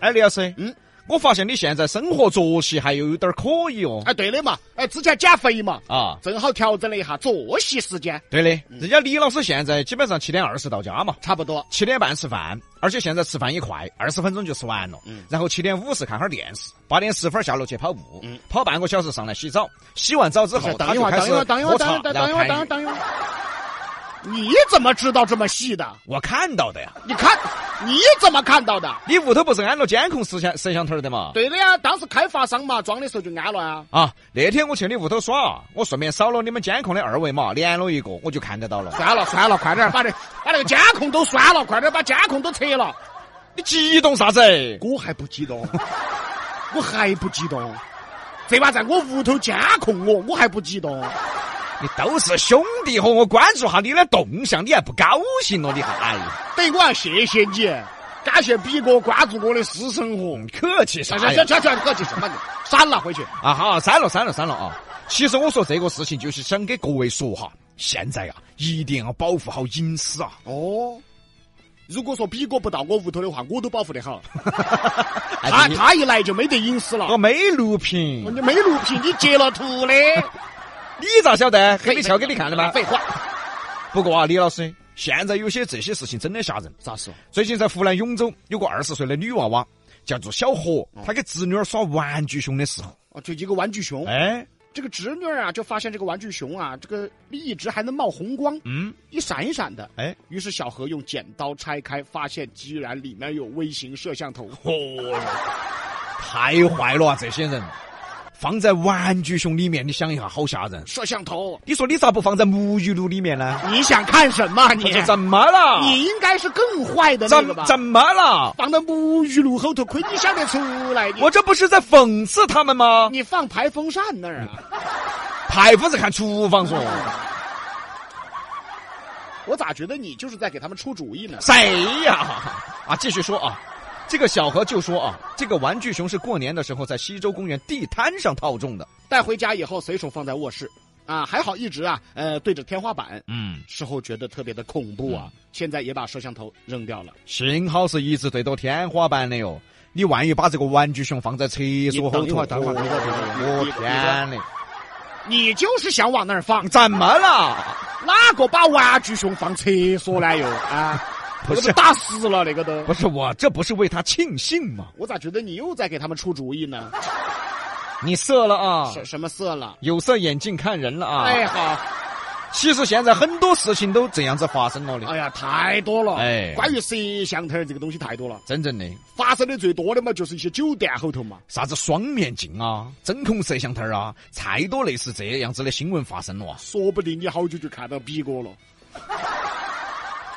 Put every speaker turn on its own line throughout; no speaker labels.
哎，李老师，
嗯，
我发现你现在生活作息还有点儿可以哦。
哎，对的嘛，哎，之前减肥嘛，
啊，
正好调整了一下作息时间，
对的，
嗯
人家李老师现在基本上七点二十到家嘛，
差不多。
七点半吃饭，而且现在吃饭也快，二十分钟就吃完了。
嗯
然后七点五十看会儿电视，八点十分下楼去跑步，
嗯
跑半个小时上来洗澡，洗完澡之后
等
他
一
就
会儿，
开
等一
始
会儿，等一会
喝
儿，
茶
等，等
然
一会
后
儿，
看
等
剧
等一会儿。你怎么知道这么细的？
我看到的呀，
你看，你怎么看到的？
你屋头不是安了监控摄像摄像头儿的嘛？
对的呀，当时开发商嘛，装的时候就安了啊。
啊，那天我去你屋头耍，我顺便扫了你们监控的二维码，连了一个，我就看得到了。
算了算了，快点把这把那个监控都删了，快点把监控都撤了。
你激动啥子？
我还不激动，我还不激动。这把在我屋头监控我，我还不激动。
你都是兄弟伙，我关注下你的动向，你还不高兴了？你还哎呀，
等于我要谢谢你，感谢比哥关注我的私生活。
客气啥
行行
呀
行？行行，客气什么 的，删了回去。
啊好，删了删了删了啊！其实我说这个事情就是想给各位说哈，现在啊一定要保护好隐私啊！
哦，如果说比哥不到我屋头的话，我都保护得好。他
哎，你哦
他一来就没得隐私了
我。没录屏，
你没录屏，你截了图的，
你咋晓得？黑皮跳 给你看的吗？
废 话，
不过啊，李老师，现在有些这些事情真的吓人。
咋说？
最近在湖南永州有个二十岁的女娃娃，叫做小何，她给侄女儿耍玩具熊的时候，
哦，就一个玩具熊，
哎，
这个侄女儿啊，就发现这个玩具熊啊，这个一直还能冒红光，
嗯，
一闪一闪的。
哎，
于是小何用剪刀拆开，发现居然里面有微型摄 像头。
哦，太坏了啊！这些人放在玩具熊里面，你想一下，好吓人。
摄像头，
你说你咋不放在沐浴露里面呢？
你想看什么？你
我啊说怎么了？
你应该是更坏的那个吧
怎？怎么了？
放到沐浴露后头，亏你想得出来。你
我这不是在讽刺他们吗？
你放排风扇那儿啊？
太不是看厨房说，
我咋觉得你就是在给他们出主意呢？
谁呀？啊，继续说啊。这个小何就说啊，这个玩具熊是过年的时候在西洲公园地摊上套中的。
带回家以后随手放在卧室，啊，还好一直啊，呃，对着天花板。
嗯，
事后觉得特别的恐怖啊，现在也把摄像头扔掉了。
幸好是一直对到天花板的哟。你万一把这个玩具熊放在厕所后
你等一
头
会
啊，
儿等一会儿
我
你
天嘞，
你就是想往那儿放，
怎么了？
哪个把玩具熊放厕所来哟？啊，
不
那
是
个打死了那个都。
不是我，这不是为他庆幸吗？
我咋觉得你又在给他们出主意呢？
你色了啊！
什什么色了？
有色眼镜看人了啊！
哎，好，
其实现在很多事情都这样子发生了的，
哎呀，太多了。
哎
关于摄像头这个东西太多了，
真正的
发生的最多的嘛，就是一些酒店后头嘛。
啥子双面镜啊、针孔摄像头啊，太多类似这样子的新闻发生了啊！
说不定你好久就看到比哥了，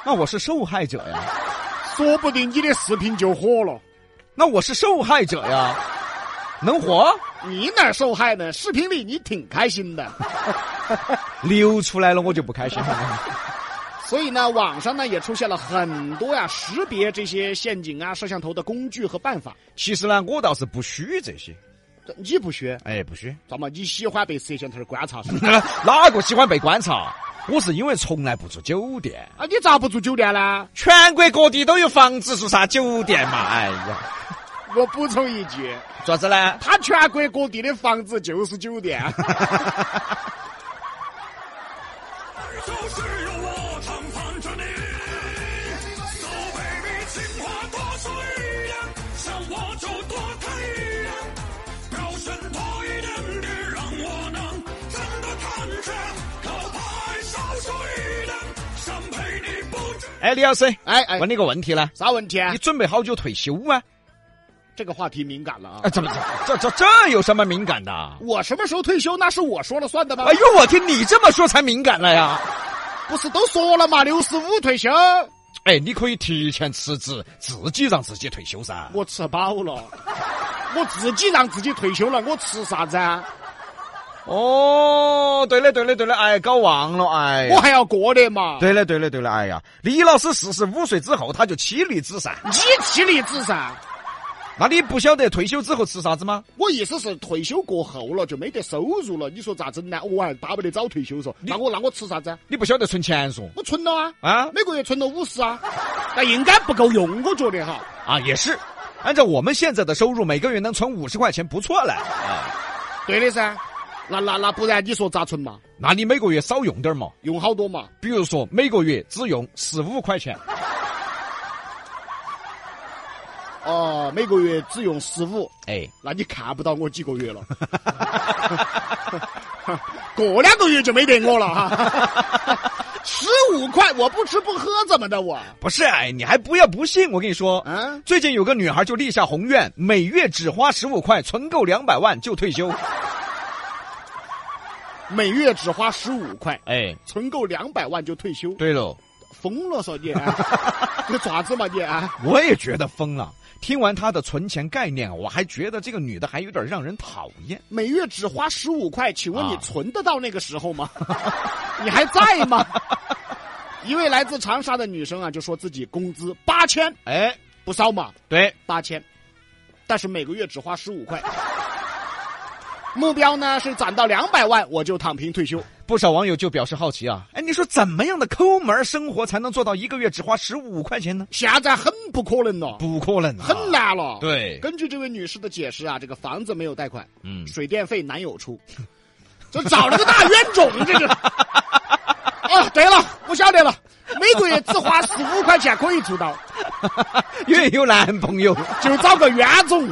那我是受害者呀，
说不定你的视频就火了。
那我是受害者呀，能活？
你哪儿受害呢？视频里你挺开心的，
流出来了我就不开心了。
所以呢，网上呢也出现了很多呀识别这些陷阱啊、摄像头的工具和办法。
其实呢，我倒是不虚这些，
你不学，
哎，不虚。
怎么你喜欢被摄像头观察是吧
哪个喜欢被观察？我是因为从来不住酒店，
啊？你咋不住酒店呢？
全国各地都有房子住啥酒店嘛？哎呀，
我补充一句，
咋子呢？
他全国各地的房子就是 酒店。
就是有我常伴着你。So baby，情话多说一点，想我就多看一眼，表现多一点点，让我能真的看见。可爱少说一点，想陪你不止。
哎，李老师，
哎哎
问，你个问题呢？
啥问题啊
你？准备好久退休啊？
这个话题敏感了啊！
啊，怎么 这这这有什么敏感的？
我什么时候退休，那是我说了算的吗？
哎呦，我听你这么说才敏感了呀！
不是都说了吗？六十五退休，
哎，你可以提前辞职，自己让自己退休噻。
我吃饱了， 我自己让自己退休了，我吃啥子啊？
哦，对了对了对了，哎，搞忘了，哎呀
我还要过的嘛。
对了对了对了，哎呀，李老师四十五岁之后他就妻离子散，
你妻离子散，
那你不晓得退休之后吃啥子吗？
我意思是退休过后了就没得收入了，你说咋整呢？我还巴不得早退休嗦，那我那我吃啥子啊？
你不晓得存钱嗦
我存了啊，
啊
每个月存了五十啊，但应该不够用，我觉得哈。
啊，也是，按照我们现在的收入，每个月能存五十块钱不错了啊。
对的噻。那那那不然你说咋存嘛？
那你每个月少用点儿嘛，
用好多嘛？
比如说每个月只用十五块钱，
哦，每个月只用十五，
哎，
那你看不到我几个月 了。过两个月就没得我了哈。十五块，我不吃不喝怎么的我？
不是，哎，你还不要不信，我跟你说，
啊，
最近有个女孩就立下宏愿，每月只花十五块，存够两百万就退休。
每月只花十五块，
哎，
存够两百万就退休，
对喽，
疯了说你、啊 你爪子嘛你、啊？
我也觉得疯了。听完她的存钱概念，我还觉得这个女的还有点让人讨厌。
每月只花十五块，请问你
啊
存得到那个时候吗？ 你还 在吗？一位来自长沙的女生啊，就说自己工资八千，
哎，
不少嘛，
对，
八千，但是每个月只花十五 块。目标呢是攒到两百万，我就躺平退休。
不少网友就表示好奇啊，哎，你说怎么样的抠门生活才能做到一个月只花十五块钱呢？
现在很不可能了，
不可能、
很。难了。，
对，
根据这位女士的解释啊，这个房子没有贷款，
嗯，
水电费男友出，这找了个大冤种，这是。哦，对了，我晓得了，每个月只花十五块钱可以做到，
越有男朋友
就找个冤种，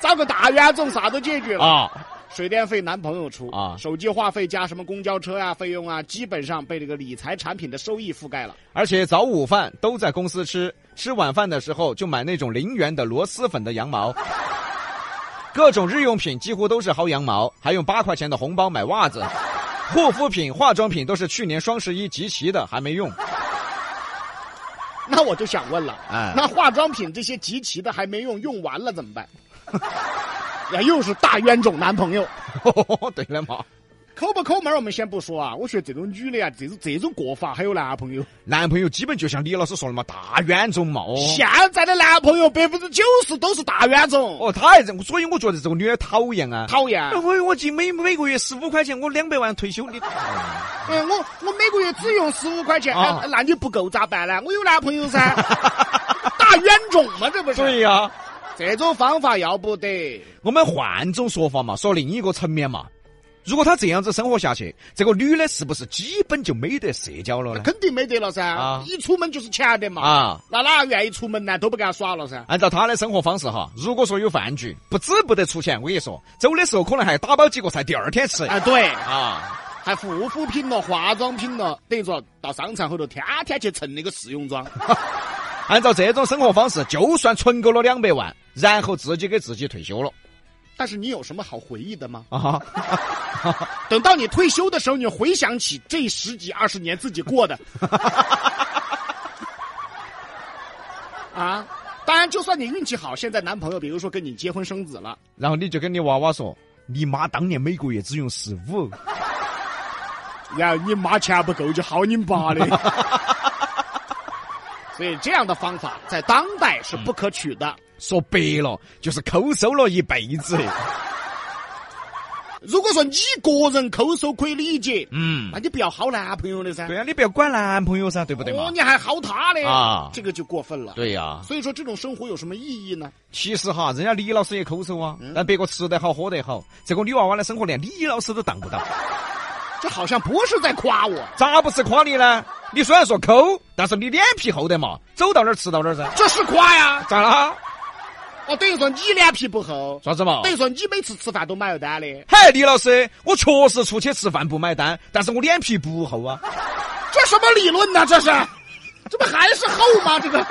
找个大冤种，啥都解决 了。
啊，
水电费男朋友出
啊
手机话费加什么公交车呀、费用啊，基本上被这个理财产品的收益覆盖了。
而且早午饭都在公司吃，吃晚饭的时候就买那种零元的螺蛳粉的羊毛。各种日用品几乎都是薅羊毛，还用八块钱的红包买袜子，护肤品、化妆品都是去年双十一集齐的，还没用。
那我就想问了，
哎
那化妆品这些集齐的还没用，用完了怎么办？ 呀，又是大冤种男朋友，
对了嘛，
抠不抠门儿我们先不说啊，我觉得这种女的啊，这种这种过法还有男朋友，
男朋友基本就像李老师说的嘛，大冤种嘛。哦
现在的男朋友百分之九十都是大冤种，
哦，他还这，所以我觉得这个女的讨厌啊。
讨厌。
我我进每每个月十五块钱，我两百万退休，你
嗯，我我每个月只用十五块钱，
啊
哎那你不够咋办呢？我有男朋友噻， 大冤种嘛，这不是？
对呀、
这种方法要不得。
我们换种说法嘛，说另一个层面嘛。如果她这样子生活下去，这个女的是不是基本就没得社交了呢？
肯定没得了噻，
啊
一出门就是钱的嘛，
啊，
那哪愿意出门呢？都不敢耍了噻。
按照她的生活方式哈，如果说有饭局，不止不得出钱，我跟你说，走的时候可能还打包几个菜，第二天吃
啊，对，
啊。
还护肤品了、化妆品了，等于说到商场后头天天去蹭那个试用装，
按照这种生活方式，就算存够了两百万，然后自己给自己退休了
但是你有什么好回忆的吗？
啊，
等到你退休的时候，你回想起这十几二十年自己 过的，啊，当然，就算你运气好，现在男朋友比如说跟你结婚生子了，
然后你就跟你娃娃说，你妈当年每个月只用十五，
然后你妈钱不够就薅你爸 的。所以这样的方法在当代是不可取的。
说白了就是抠搜了一辈子。
如果说你个人抠搜可以理解，
嗯
那，你不要薅男朋友的噻
对。啊呀、你不要管男朋友噻，对不对嘛？
哦，你还薅他的
啊
这个就过分了。
对呀、
所以说这种生活有什么意义呢？
其实哈，人家李老师也抠搜啊，但别个吃得好喝得好，这个女娃娃的生活连李老师都当不到，
这好像不是在夸我，
咋不是夸你呢？你虽然说抠，但是你脸皮厚得嘛，走到哪儿吃到哪儿噻。
这是夸呀。
咋啦？
哦，等于说你脸皮不厚，
啥子嘛？
等于说你每次吃饭都买了单的，
嗨，李老师，我确实出去吃饭不买单，但是我脸皮不厚啊。
这什么理论呢？这是，这不还是厚吗？这个。